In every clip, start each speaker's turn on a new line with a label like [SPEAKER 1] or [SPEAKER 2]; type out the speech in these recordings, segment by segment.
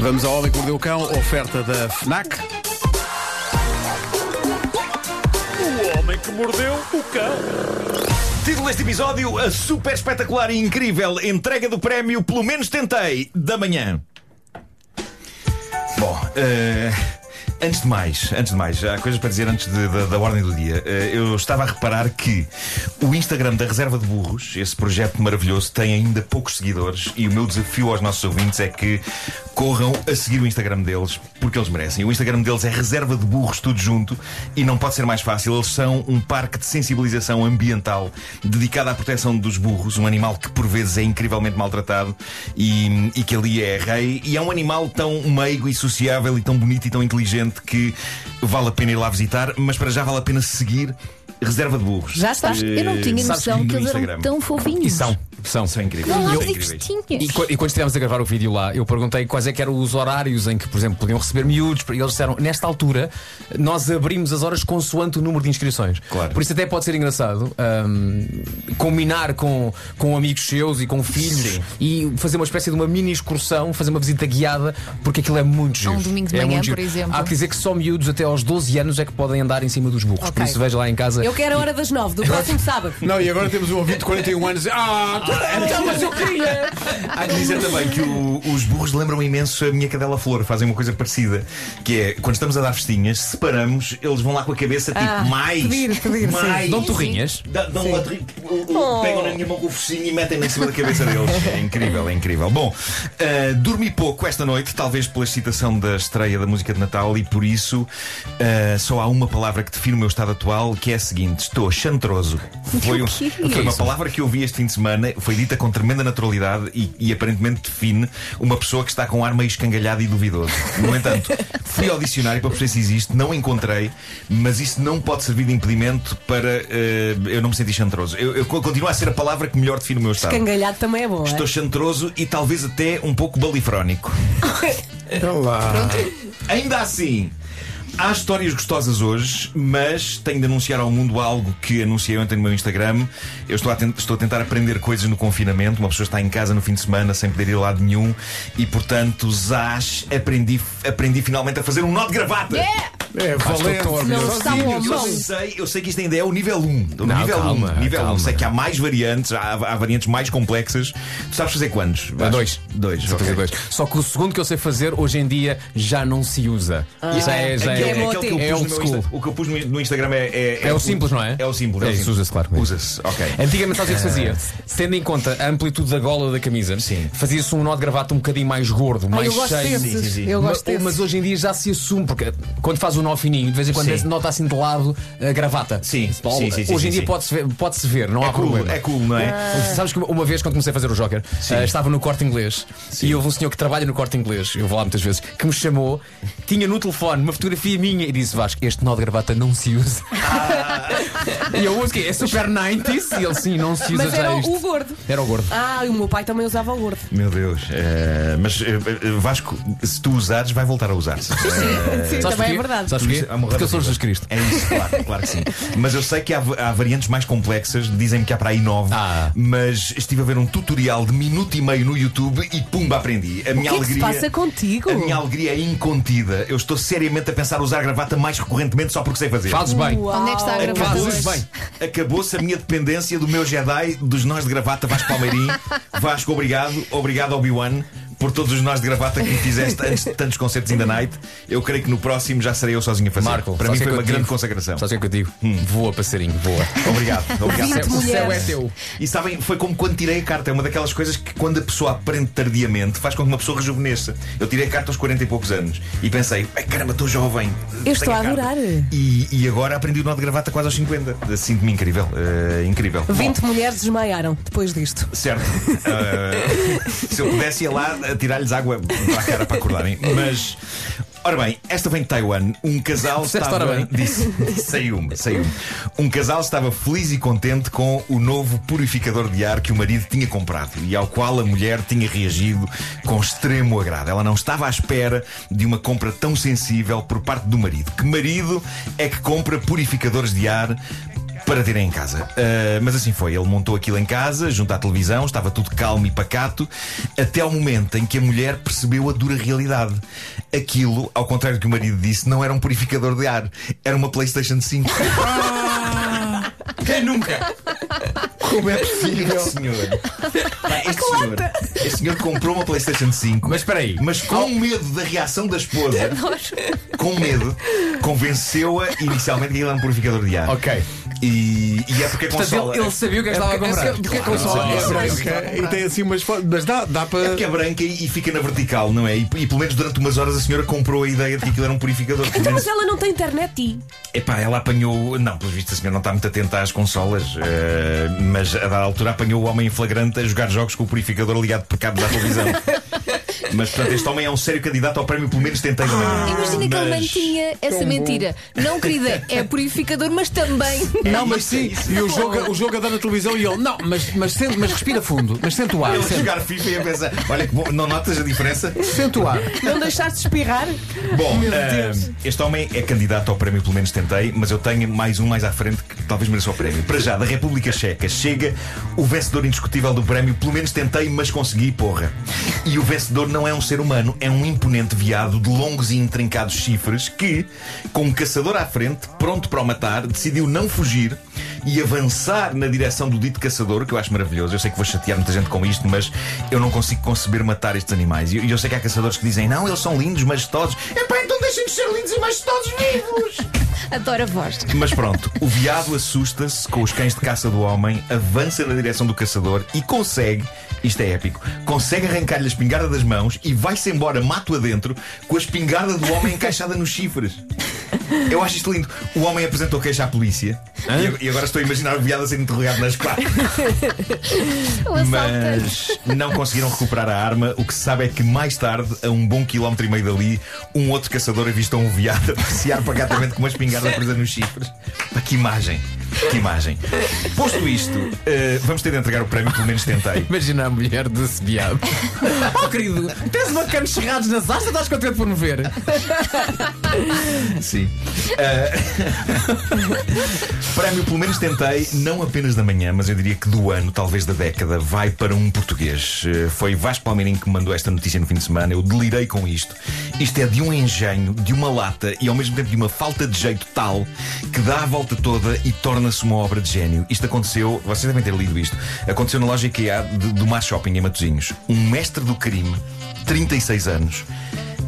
[SPEAKER 1] Vamos ao Homem que Mordeu o Cão, oferta da FNAC.
[SPEAKER 2] O homem que mordeu o cão.
[SPEAKER 3] Título deste episódio: A super espetacular e incrível entrega do prémio Pelo menos tentei, da manhã. Bom, eh, antes de mais, antes de mais, há coisas para dizer antes de- da- da ordem do dia. Eh, eu estava a reparar que o Instagram da Reserva de Burros, esse projeto maravilhoso, tem ainda poucos seguidores e o meu desafio aos nossos ouvintes é que corram a seguir o Instagram deles, porque eles merecem. O Instagram deles é Reserva de Burros, tudo junto, e não pode ser mais fácil. Eles são um parque de sensibilização ambiental dedicado à proteção dos burros, um animal que por vezes é incrivelmente maltratado e, e que ali é rei. E é um animal tão meigo e sociável e tão bonito e tão inteligente que vale a pena ir lá visitar, mas para já vale a pena seguir Reserva de Burros.
[SPEAKER 4] Já está. Eu não
[SPEAKER 3] Eh,
[SPEAKER 4] tinha
[SPEAKER 3] sabes
[SPEAKER 4] noção que
[SPEAKER 3] no
[SPEAKER 4] eles eram
[SPEAKER 3] Instagram.
[SPEAKER 4] tão fofinhos.
[SPEAKER 5] E são.
[SPEAKER 3] São, são incríveis.
[SPEAKER 4] Não, lá
[SPEAKER 3] São
[SPEAKER 4] os
[SPEAKER 3] incríveis.
[SPEAKER 4] textinhos.
[SPEAKER 5] E, qu- e quando estivemos a gravar o vídeo lá, eu perguntei quais é que eram os horários em que, por exemplo, podiam receber miúdos. E eles disseram, nesta altura, nós abrimos as horas consoante o número de inscrições.
[SPEAKER 3] Claro.
[SPEAKER 5] Por isso até pode ser engraçado hum, combinar com, com amigos seus e com filhos
[SPEAKER 3] Sim.
[SPEAKER 5] e fazer uma espécie de uma mini excursão, fazer uma visita guiada, porque aquilo é muito giro.
[SPEAKER 4] um domingo de
[SPEAKER 5] É
[SPEAKER 4] manhã,
[SPEAKER 5] muito giro.
[SPEAKER 4] por exemplo.
[SPEAKER 5] Há que dizer que só miúdos até aos 12 anos é que podem andar em cima dos burros. Por
[SPEAKER 4] Ok.
[SPEAKER 5] isso veja lá em casa.
[SPEAKER 6] Eu quero a hora das nove, do próximo sábado.
[SPEAKER 1] Não, e agora temos um ouvinte de 41 anos. Ah,
[SPEAKER 5] Então, mas eu queria!
[SPEAKER 3] Há que dizer também que o- os burros lembram imenso a minha cadela flor, fazem uma coisa parecida, que é quando estamos a dar festinhas, separamos, eles vão lá com a cabeça tipo mais,
[SPEAKER 6] Ah, pedir, pedir, sim.
[SPEAKER 3] mais,
[SPEAKER 5] Dão torrinhas.
[SPEAKER 3] Dá- Dão uma tri- um, Pegam na minha mão com o focinho e metem-me em cima da cabeça deles. É incrível, é incrível. Bom, ah, dormi pouco esta noite, talvez pela excitação da estreia da música de Natal e por isso ah, só há uma palavra que define o meu estado atual, que é a seguinte: estou chantroso. Foi, um- foi uma palavra que eu vi este fim de semana, foi dita com tremenda naturalidade e, e aparentemente define uma pessoa que está com ar meio escangalhado e duvidoso. No entanto, fui ao dicionário para perceber se existe, não encontrei, mas isso não pode servir de impedimento para eh, eu não me sentir chantroso. Eu, eu continuo a ser a palavra que melhor define o meu estado.
[SPEAKER 6] Cangalhado também é bom.
[SPEAKER 3] Estou chantroso e talvez até um pouco balifrónico.
[SPEAKER 1] É,
[SPEAKER 3] Ainda assim, há histórias gostosas hoje, mas tenho de anunciar ao mundo algo que anunciei ontem no meu Instagram. Eu estou a, ten- estou a tentar aprender coisas no confinamento. Uma pessoa está em casa no fim de semana sem poder ir a lado nenhum e, portanto, zás, aprendi, aprendi finalmente a fazer um nó de gravata.
[SPEAKER 1] é valente.
[SPEAKER 6] Não está um
[SPEAKER 3] Eu
[SPEAKER 6] homão.
[SPEAKER 3] sei, eu sei que isto ainda é o nível 1. O
[SPEAKER 5] Não,
[SPEAKER 3] nível
[SPEAKER 5] calma,
[SPEAKER 3] 1. Nível
[SPEAKER 5] calma.
[SPEAKER 3] 1. Sei que há mais variantes, há, há variantes mais complexas. Tu sabes fazer quantos?
[SPEAKER 5] Ah,
[SPEAKER 3] Vasco?
[SPEAKER 5] Dois.
[SPEAKER 3] Dois,
[SPEAKER 5] Sei
[SPEAKER 3] ok.
[SPEAKER 5] fazer dois. Só que o segundo que eu sei fazer hoje em dia já não se usa.
[SPEAKER 3] Ah.
[SPEAKER 5] já é, já
[SPEAKER 3] Aquele-
[SPEAKER 5] é,
[SPEAKER 6] é
[SPEAKER 3] aquele
[SPEAKER 6] mote.
[SPEAKER 3] que eu pus
[SPEAKER 5] É
[SPEAKER 3] no
[SPEAKER 5] old
[SPEAKER 3] meu
[SPEAKER 5] school.
[SPEAKER 3] Insta- O que eu pus no no Instagram é. É,
[SPEAKER 5] É o simples, não é?
[SPEAKER 3] É o simples.
[SPEAKER 5] É
[SPEAKER 3] o
[SPEAKER 5] isso, É
[SPEAKER 3] simples.
[SPEAKER 5] usa-se, claro.
[SPEAKER 3] Usa-se, ok.
[SPEAKER 5] Antigamente, sabes o que se fazia? Tendo em conta a amplitude da gola da camisa,
[SPEAKER 3] Ah. Sim. Ah,
[SPEAKER 5] fazia-se um nó de gravata um bocadinho mais gordo,
[SPEAKER 6] Ai,
[SPEAKER 5] mais
[SPEAKER 6] eu gosto
[SPEAKER 5] cheio.
[SPEAKER 6] desses.
[SPEAKER 3] sim, sim.
[SPEAKER 6] Eu
[SPEAKER 5] Ma-
[SPEAKER 6] gosto
[SPEAKER 5] mas,
[SPEAKER 6] desses.
[SPEAKER 5] hoje em dia já se assume, porque quando faz o nó fininho, de vez em quando
[SPEAKER 3] Sim.
[SPEAKER 5] nota assim de lado a gravata.
[SPEAKER 3] Sim,
[SPEAKER 5] Bom,
[SPEAKER 3] sim, sim, sim,
[SPEAKER 5] Hoje
[SPEAKER 3] sim,
[SPEAKER 5] em dia
[SPEAKER 3] sim.
[SPEAKER 5] pode-se ver, pode-se ver, não há
[SPEAKER 3] É cool,
[SPEAKER 5] problema.
[SPEAKER 3] é cool, não
[SPEAKER 6] Ah.
[SPEAKER 3] é?
[SPEAKER 5] Sabes que uma vez, quando comecei a fazer o Joker, eh, estava no corte inglês e houve um senhor que trabalha no corte inglês, eu vou lá muitas vezes, que me chamou, tinha no telefone uma fotografia minha e disse: Vasco, este nó de gravata não se usa.
[SPEAKER 3] Ah.
[SPEAKER 5] e eu uso que é super 90s e ele sim, não se usa
[SPEAKER 6] Mas
[SPEAKER 5] já é
[SPEAKER 6] era
[SPEAKER 5] isto.
[SPEAKER 6] o gordo.
[SPEAKER 5] Era o gordo.
[SPEAKER 6] Ah, e o meu pai também usava o gordo.
[SPEAKER 3] Meu Deus. eh, mas eh, eh, Vasco, se tu usares, vai voltar a usar-se.
[SPEAKER 6] Sim,
[SPEAKER 5] Sabes
[SPEAKER 6] também é
[SPEAKER 5] porquê?
[SPEAKER 6] verdade.
[SPEAKER 5] Sabes porquê?
[SPEAKER 3] Há uma
[SPEAKER 5] Porque eu sou
[SPEAKER 3] razão.
[SPEAKER 5] Jesus Cristo.
[SPEAKER 3] É isso, claro, claro que sim. Mas eu sei que há, há variantes mais complexas, dizem-me que há para aí nove,
[SPEAKER 5] Ah.
[SPEAKER 3] mas estive a ver um tutorial de minuto e meio no YouTube e pumba, aprendi. A
[SPEAKER 6] O que
[SPEAKER 3] minha
[SPEAKER 6] é que se
[SPEAKER 3] alegria.
[SPEAKER 6] passa contigo?
[SPEAKER 3] A minha alegria é incontida. Eu estou seriamente a pensar usar gravata mais recorrentemente só porque sei fazer.
[SPEAKER 5] Fazes bem.
[SPEAKER 6] Uau.
[SPEAKER 4] Onde é que está a gravata?
[SPEAKER 5] Fazes
[SPEAKER 4] hoje?
[SPEAKER 5] bem.
[SPEAKER 3] Acabou-se a minha dependência do meu Jedi, dos nós de gravata Vasco Palmeirim. Vasco, obrigado. Obrigado, Obi-Wan, por todos os nós de gravata que me fizeste antes de tantos concertos in the night. Eu creio que no próximo já serei eu sozinho a fazer.
[SPEAKER 5] Marco,
[SPEAKER 3] Para
[SPEAKER 5] sabes
[SPEAKER 3] mim
[SPEAKER 5] o
[SPEAKER 3] foi
[SPEAKER 5] que é que
[SPEAKER 3] uma
[SPEAKER 5] eu
[SPEAKER 3] grande
[SPEAKER 5] digo?
[SPEAKER 3] consagração. Hum.
[SPEAKER 5] Sabes o que é que eu digo? Voa, passarinho, voa.
[SPEAKER 3] Obrigado.
[SPEAKER 5] O céu-
[SPEAKER 3] obrigado.
[SPEAKER 5] o céu é
[SPEAKER 6] mulheres.
[SPEAKER 5] teu.
[SPEAKER 3] E sabem, foi como quando tirei a carta. É uma daquelas coisas que quando a pessoa aprende tardiamente faz com que uma pessoa rejuvenesça. Eu tirei a carta aos 40 e poucos anos e pensei, ai caramba, estou jovem.
[SPEAKER 6] Eu estou
[SPEAKER 3] Tenho
[SPEAKER 6] a
[SPEAKER 3] carta."
[SPEAKER 6] adorar.
[SPEAKER 3] E, e agora aprendi o nó de gravata quase aos 50. Sinto-me incrível. eh, incrível. Bom,
[SPEAKER 6] 20 mulheres desmaiaram depois disto.
[SPEAKER 3] Certo. Uh, se eu pudesse ia lá a tirar-lhes água para a cara para acordarem. Mas. Ora bem, esta vem de Taiwan. Um casal
[SPEAKER 5] Disseste,
[SPEAKER 3] estava.
[SPEAKER 5] ora bem.
[SPEAKER 3] Disse, sei uma, sei uma. Um casal estava feliz e contente com o novo purificador de ar que o marido tinha comprado e ao qual a mulher tinha reagido com extremo agrado. Ela não estava à espera de uma compra tão sensível por parte do marido. Que marido é que compra purificadores de ar para terem em casa. Ah, mas assim foi, ele montou aquilo em casa, junto à televisão, estava tudo calmo e pacato, até ao momento em que a mulher percebeu a dura realidade. Aquilo, ao contrário do que o marido disse, não era um purificador de ar, era uma PlayStation 5. Ah! Quem nunca? Como é possível? Este senhor. Pá, Este senhor, este senhor comprou uma PlayStation 5.
[SPEAKER 5] Mas espera aí.
[SPEAKER 3] Mas com medo da reação da esposa, com medo, convenceu-a inicialmente que ele era um purificador de ar.
[SPEAKER 5] Ok.
[SPEAKER 3] E, e é porque a
[SPEAKER 5] Portanto,
[SPEAKER 3] consola.
[SPEAKER 5] ele, ele sabia o que é que estava a comprar.
[SPEAKER 1] Porque a consola é
[SPEAKER 3] não sei, não sei.
[SPEAKER 1] branca e tem assim umas fotos. Mas dá, dá para.
[SPEAKER 3] Que é branca e, e fica na vertical, não é? E, e pelo menos durante umas horas a senhora comprou a ideia de que aquilo era um purificador. Pelo
[SPEAKER 6] Então,
[SPEAKER 3] menos-
[SPEAKER 6] mas ela não tem internet e.
[SPEAKER 3] Epá, ela apanhou. Não, pelo visto a senhora não está muito atenta às consolas, eh, mas a dada altura apanhou o homem em flagrante a jogar jogos com o purificador ligado por cabo da televisão. mas portanto, este homem é um sério candidato ao prémio, pelo menos tentei ganhar.
[SPEAKER 4] Ah, Imagina que ele mantinha essa mentira. Não, querida, é purificador, mas também.
[SPEAKER 1] Não, mas sim. E o jogo, o jogo a dar na televisão e ele. Não, mas, mas, sente, mas respira fundo. Mas sente o ar.
[SPEAKER 3] Ele a
[SPEAKER 1] Sente,
[SPEAKER 3] jogar FIFA e a pensar, olha que bom, não notas a diferença?
[SPEAKER 1] sente o ar.
[SPEAKER 6] Não deixaste de espirrar?
[SPEAKER 3] Bom,
[SPEAKER 6] Meu
[SPEAKER 3] ah,
[SPEAKER 6] Deus.
[SPEAKER 3] este homem é candidato ao prémio, pelo menos tentei, mas eu tenho mais um mais à frente que talvez mereça o prémio. Para já, da República Checa, chega o vencedor indiscutível do prémio, pelo menos tentei, mas consegui, porra. E o vencedor não é um ser humano, é um imponente viado de longos e intrincados chifres que, com um caçador à frente, pronto para o matar, decidiu não fugir e avançar na direção do dito caçador, que eu acho maravilhoso. Eu sei que vou chatear muita gente com isto, mas eu não consigo conceber matar estes animais. E eu, e eu sei que há caçadores que dizem, não, eles são lindos, majestosos. Epá, então deixem de ser lindos e majestosos vivos!
[SPEAKER 4] Adoro a voz.
[SPEAKER 3] Mas pronto, o viado assusta-se com os cães de caça do homem, avança na direção do caçador e consegue, isto é épico, consegue arrancar-lhe a espingarda das mãos e vai-se embora, mato adentro, com a espingarda do homem encaixada nos chifres. Eu acho isto lindo. O homem apresentou queixa à polícia e ag- e agora estou a imaginar o viado a ser interrogado nas quatro.
[SPEAKER 4] O assaltante.
[SPEAKER 3] Mas não conseguiram recuperar a arma. O que se sabe é que mais tarde, a um bom quilómetro e meio dali, um outro caçador avistou um veado a passear pacatamente com uma espingarda presa nos chifres. Pá, que imagem! Que imagem! Posto isto, eh, vamos ter de entregar o prémio, pelo menos tentei.
[SPEAKER 5] Imagina a mulher desse viado. oh, querido, tens uma cano cerrados nas astas, estás contente por me ver?
[SPEAKER 3] Sim. Eh, prémio, pelo menos tentei, não apenas da manhã, mas eu diria que do ano, talvez da década, vai para um português. Eh, Foi Vasco Palmeirinho que me mandou esta notícia no fim de semana. Eu delirei com isto. Isto é de um engenho, de uma lata e ao mesmo tempo de uma falta de jeito tal que dá a volta toda e torna-se uma obra de gênio. Isto aconteceu, vocês devem ter lido isto, aconteceu na loja IKEA de- do Mar Shopping em Matosinhos. Um mestre do crime, 36 anos.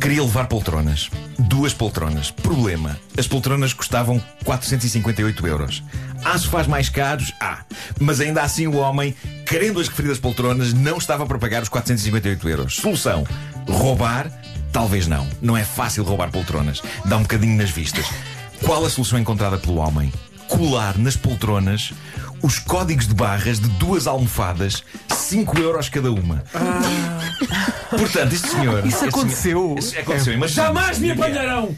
[SPEAKER 3] Queria levar poltronas. Duas poltronas. Problema: as poltronas custavam 458 euros. Há sofás mais caros? Há. Mas ainda assim o homem, querendo as referidas poltronas, não estava para pagar os 458 euros. Solução: roubar? Talvez não. Não é fácil roubar poltronas. Dá um bocadinho nas vistas. Qual a solução encontrada pelo homem? Colar nas poltronas os códigos de barras de duas almofadas, 5 euros cada uma. Portanto, este senhor. Isso
[SPEAKER 1] aconteceu?
[SPEAKER 3] aconteceu, mas
[SPEAKER 2] Jamais me apanharão!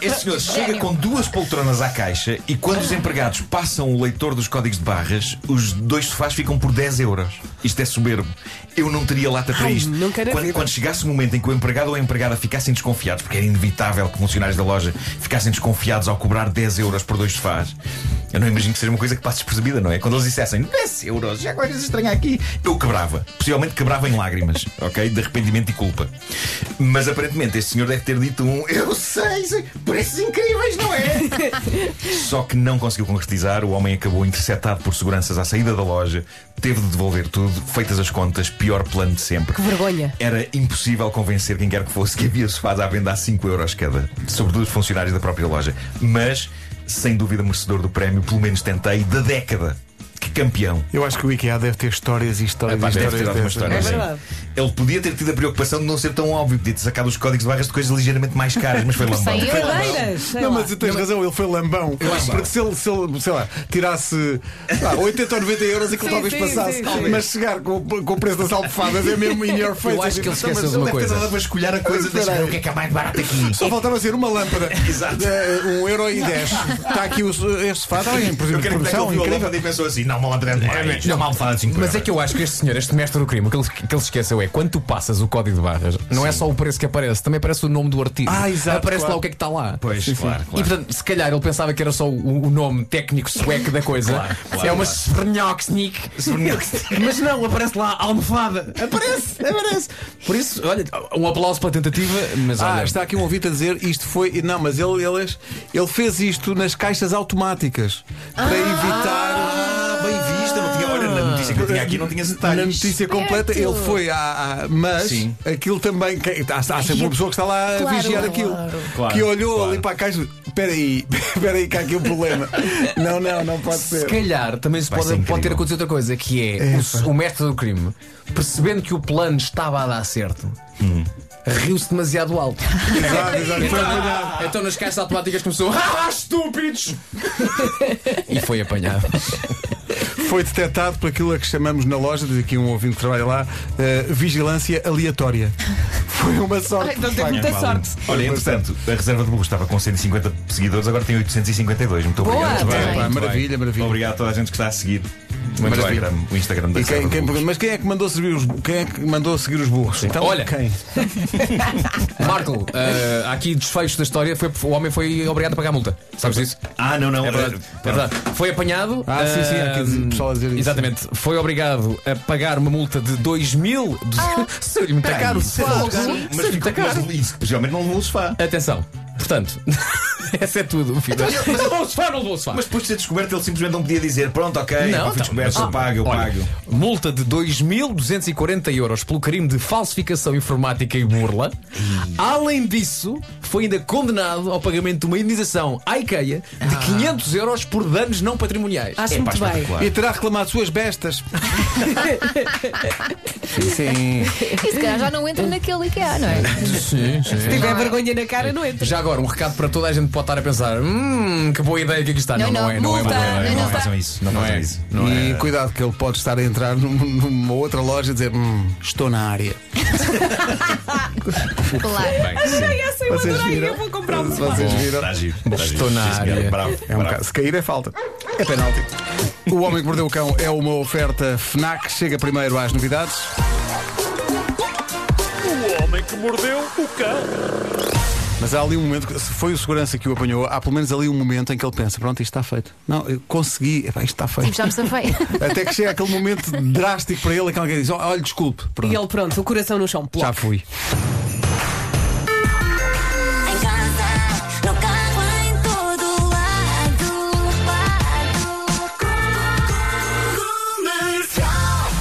[SPEAKER 3] Este senhor chega com duas poltronas à caixa e quando os empregados passam o leitor dos códigos de barras, os dois sofás ficam por 10 euros. Isto é soberbo. Eu não teria lata para
[SPEAKER 6] Ai,
[SPEAKER 3] isto.
[SPEAKER 6] não quero
[SPEAKER 3] quando,
[SPEAKER 6] ver.
[SPEAKER 3] quando chegasse o momento em que o empregado ou a empregada ficassem desconfiados, porque era inevitável que funcionários da loja ficassem desconfiados ao cobrar 10 euros por dois sofás. Eu não imagino que seja uma coisa que passe despercebida, não é? Quando eles dissessem 10 euros, já coisas estranha aqui, eu quebrava. Possivelmente quebrava em lágrimas, ok? De arrependimento e culpa. Mas aparentemente este senhor deve ter dito um Eu sei, sei, preços incríveis, não é? Só que não conseguiu concretizar, o homem acabou interceptado por seguranças à saída da loja, teve de devolver tudo, feitas as contas, pior plano de sempre.
[SPEAKER 6] Que vergonha.
[SPEAKER 3] Era impossível convencer quem quer que fosse que havia sofás à venda a 5 euros cada, sobretudo os funcionários da própria loja. Mas, sem dúvida, merecedor do prémio, pelo menos tentei, da década. Que campeão!
[SPEAKER 1] Eu acho que o IKEA deve ter histórias e histórias
[SPEAKER 3] Pá,
[SPEAKER 1] e
[SPEAKER 3] deve
[SPEAKER 1] histórias.
[SPEAKER 3] ter alguma
[SPEAKER 1] dessas.
[SPEAKER 3] história,
[SPEAKER 6] É
[SPEAKER 3] sim.
[SPEAKER 6] verdade.
[SPEAKER 3] Ele podia ter tido a preocupação de não ser tão óbvio, podia ter sacado os códigos de barras de coisas ligeiramente mais caras, mas foi lambão.
[SPEAKER 4] 100 euros.
[SPEAKER 6] Cadeiras, sei
[SPEAKER 1] Não,
[SPEAKER 6] lá.
[SPEAKER 1] mas tens razão, ele foi lambão. Porque se ele, se ele, sei lá, tirasse ah, 80 ou 90 euros, aquilo
[SPEAKER 6] Sim,
[SPEAKER 1] talvez
[SPEAKER 6] sim,
[SPEAKER 1] passasse.
[SPEAKER 6] sim, sim.
[SPEAKER 1] Mas chegar com, com o preço das almofadas é mesmo in your face.
[SPEAKER 5] Eu acho que ele
[SPEAKER 1] Então, mas
[SPEAKER 5] esqueceu de
[SPEAKER 1] ele
[SPEAKER 5] uma
[SPEAKER 1] deve ter
[SPEAKER 5] coisa.
[SPEAKER 1] dado
[SPEAKER 3] Estava a escolher a coisa,
[SPEAKER 1] Espera
[SPEAKER 3] deixa eu ver
[SPEAKER 1] aí.
[SPEAKER 3] o que é que é mais barato aqui.
[SPEAKER 1] Só faltava ser uma lâmpada.
[SPEAKER 3] Exato.
[SPEAKER 1] De, um euro e dez. Está aqui o, este sofá, está em
[SPEAKER 3] Eu quero que
[SPEAKER 1] produção,
[SPEAKER 3] ele viu a
[SPEAKER 1] incrível.
[SPEAKER 3] lâmpada e pensou assim: não, uma lâmpada é demais. Não, uma almofada de 5
[SPEAKER 5] Mas é que eu acho que este senhor, este mestre do crime, o que ele, que ele se esqueceu é é quando tu passas o código de barras, não é só o preço que aparece, também aparece o nome do artigo.
[SPEAKER 1] Ah, exato,
[SPEAKER 5] Aparece
[SPEAKER 1] claro.
[SPEAKER 5] lá o que é que está lá.
[SPEAKER 3] Pois, claro,
[SPEAKER 5] E
[SPEAKER 3] claro.
[SPEAKER 5] portanto, se calhar ele pensava que era só o, o nome técnico sueco da coisa.
[SPEAKER 3] Claro, claro,
[SPEAKER 5] é uma
[SPEAKER 3] claro.
[SPEAKER 5] Svernjoksnik. Mas não, aparece lá almofada. Aparece, aparece. Por isso, olha, um aplauso pela tentativa, mas
[SPEAKER 1] Ah,
[SPEAKER 5] olha.
[SPEAKER 1] está aqui um ouvinte a dizer isto foi. Não, mas ele, ele, ele fez isto nas caixas automáticas
[SPEAKER 6] Ah.
[SPEAKER 1] para evitar.
[SPEAKER 3] Ah, bem vista. Não tinha, olha, na notícia que eu tinha aqui não tinha
[SPEAKER 1] Na
[SPEAKER 3] detalhes.
[SPEAKER 1] notícia completa,
[SPEAKER 4] Certo.
[SPEAKER 1] ele foi à. à- mas
[SPEAKER 3] Sim.
[SPEAKER 1] aquilo também. que- há, há sempre uma pessoa que está lá a
[SPEAKER 4] Claro,
[SPEAKER 1] vigiar
[SPEAKER 4] claro.
[SPEAKER 1] aquilo.
[SPEAKER 3] Claro,
[SPEAKER 1] que olhou
[SPEAKER 3] claro.
[SPEAKER 1] ali para a caixa. Espera aí, espera aí, que há aqui um problema. não, não, não pode
[SPEAKER 5] Se
[SPEAKER 1] ser.
[SPEAKER 5] calhar também se
[SPEAKER 3] Vai ser
[SPEAKER 5] pode,
[SPEAKER 3] incrível.
[SPEAKER 5] pode ter acontecido outra coisa, que é, o- o, mestre do crime, percebendo que o plano estava a dar certo,
[SPEAKER 3] Hum.
[SPEAKER 5] riu-se demasiado alto.
[SPEAKER 1] Ah, Exato, exato, foi apanhado.
[SPEAKER 5] Então nas caixas automáticas começou Ah, estúpidos! e foi apanhado.
[SPEAKER 1] Foi detectado por aquilo a que chamamos na loja, diz aqui um ouvinte que trabalha lá, eh, vigilância aleatória. Foi uma sorte.
[SPEAKER 6] Ai, não
[SPEAKER 1] de
[SPEAKER 6] tem
[SPEAKER 1] facto.
[SPEAKER 6] muita
[SPEAKER 3] É,
[SPEAKER 6] sorte.
[SPEAKER 3] Olha, entretanto, a reserva de burro estava com 150 seguidores, agora tem 852. Muito
[SPEAKER 4] Boa,
[SPEAKER 3] obrigado.
[SPEAKER 4] muito
[SPEAKER 1] Bem,
[SPEAKER 4] bem.
[SPEAKER 1] pá,
[SPEAKER 3] Muito
[SPEAKER 1] maravilha, maravilha.
[SPEAKER 3] Obrigado a toda a gente que está a seguir o
[SPEAKER 1] Maravilha.
[SPEAKER 3] Instagram, o Instagram da
[SPEAKER 1] E
[SPEAKER 3] Reserva
[SPEAKER 1] quem,
[SPEAKER 3] de
[SPEAKER 1] quem,
[SPEAKER 3] Burros.
[SPEAKER 1] mas quem é que mandou seguir os, quem é que mandou seguir os burros? Então,
[SPEAKER 5] Olha.
[SPEAKER 1] quem?
[SPEAKER 5] Marco, eh, há aqui desfechos da história. Foi, o homem foi obrigado a pagar a multa. Sabes isso?
[SPEAKER 3] Ah, não, não.
[SPEAKER 5] É verdade.
[SPEAKER 3] eh,
[SPEAKER 5] É verdade. Foi apanhado.
[SPEAKER 1] Ah, sim, sim, há aqui
[SPEAKER 5] ehm,
[SPEAKER 1] pessoal a dizer isso.
[SPEAKER 5] Exatamente. Foi obrigado a pagar uma multa de 2 mil.
[SPEAKER 1] Ah.
[SPEAKER 5] Seria muito caro.
[SPEAKER 4] Fogo.
[SPEAKER 3] é Mas ficou mas isso, geralmente não levou o sofá.
[SPEAKER 5] Atenção. Portanto, essa é tudo. filho. Mas eu vou sofá, não vou sofá.
[SPEAKER 3] Então, Mas depois de ser descoberto, ele simplesmente não podia dizer: Pronto, ok,
[SPEAKER 5] Não,
[SPEAKER 3] não, fui
[SPEAKER 5] então-
[SPEAKER 3] descoberto, eu
[SPEAKER 5] Ah,
[SPEAKER 3] pago, eu
[SPEAKER 5] olha,
[SPEAKER 3] pago.
[SPEAKER 5] Multa de 2.240 euros pelo crime de falsificação informática e burla. Além disso, foi ainda condenado ao pagamento de uma indenização à IKEA
[SPEAKER 3] Ah.
[SPEAKER 5] de 500 euros por danos não patrimoniais.
[SPEAKER 6] Acho muito
[SPEAKER 3] pá,
[SPEAKER 6] bem.
[SPEAKER 3] espetacular.
[SPEAKER 1] E terá reclamado suas bestas. sim, sim.
[SPEAKER 4] E se calhar já não entra naquele IKEA, não é?
[SPEAKER 5] Sim,
[SPEAKER 6] Se tiver vergonha na cara, não é? entra.
[SPEAKER 5] Já agora, um recado para toda a gente que pode estar a pensar: hum, que boa ideia que aqui está. Não,
[SPEAKER 4] Não,
[SPEAKER 5] não,
[SPEAKER 4] não,
[SPEAKER 5] é, não é,
[SPEAKER 4] multa.
[SPEAKER 5] boa ideia.
[SPEAKER 4] Não,
[SPEAKER 3] Não
[SPEAKER 4] não
[SPEAKER 3] façam isso, não
[SPEAKER 5] Não
[SPEAKER 3] façam
[SPEAKER 5] é.
[SPEAKER 3] isso.
[SPEAKER 5] Não é.
[SPEAKER 1] E cuidado que ele pode estar a entrar num- numa outra loja e dizer "Hum, estou na área.
[SPEAKER 4] Claro.
[SPEAKER 5] é?
[SPEAKER 3] Bem, sim.
[SPEAKER 6] Ai, essa eu
[SPEAKER 1] Vocês
[SPEAKER 6] adorei,
[SPEAKER 1] viram?
[SPEAKER 6] eu vou comprar um sofá.
[SPEAKER 1] Vocês viram?
[SPEAKER 3] Está giro, está giro.
[SPEAKER 5] Estou na
[SPEAKER 3] Sim, senhora.
[SPEAKER 5] área.
[SPEAKER 3] Bravo,
[SPEAKER 1] É um
[SPEAKER 3] bravo.
[SPEAKER 1] bocado. Se cair é falta. É penalti. O Homem que Mordeu o Cão é uma oferta FNAC. Chega primeiro às novidades.
[SPEAKER 2] O homem que mordeu o cão.
[SPEAKER 1] Mas há ali um momento, que- se foi o segurança que o apanhou, há pelo menos ali um momento em que ele pensa: pronto, isto está feito. Não, eu consegui, Epá, isto está feito.
[SPEAKER 4] Tipo, já me safei.
[SPEAKER 1] Até que chega aquele momento drástico para ele em que alguém diz: olha, desculpe. Pronto,
[SPEAKER 6] E ele, pronto, o coração no chão.
[SPEAKER 1] já fui.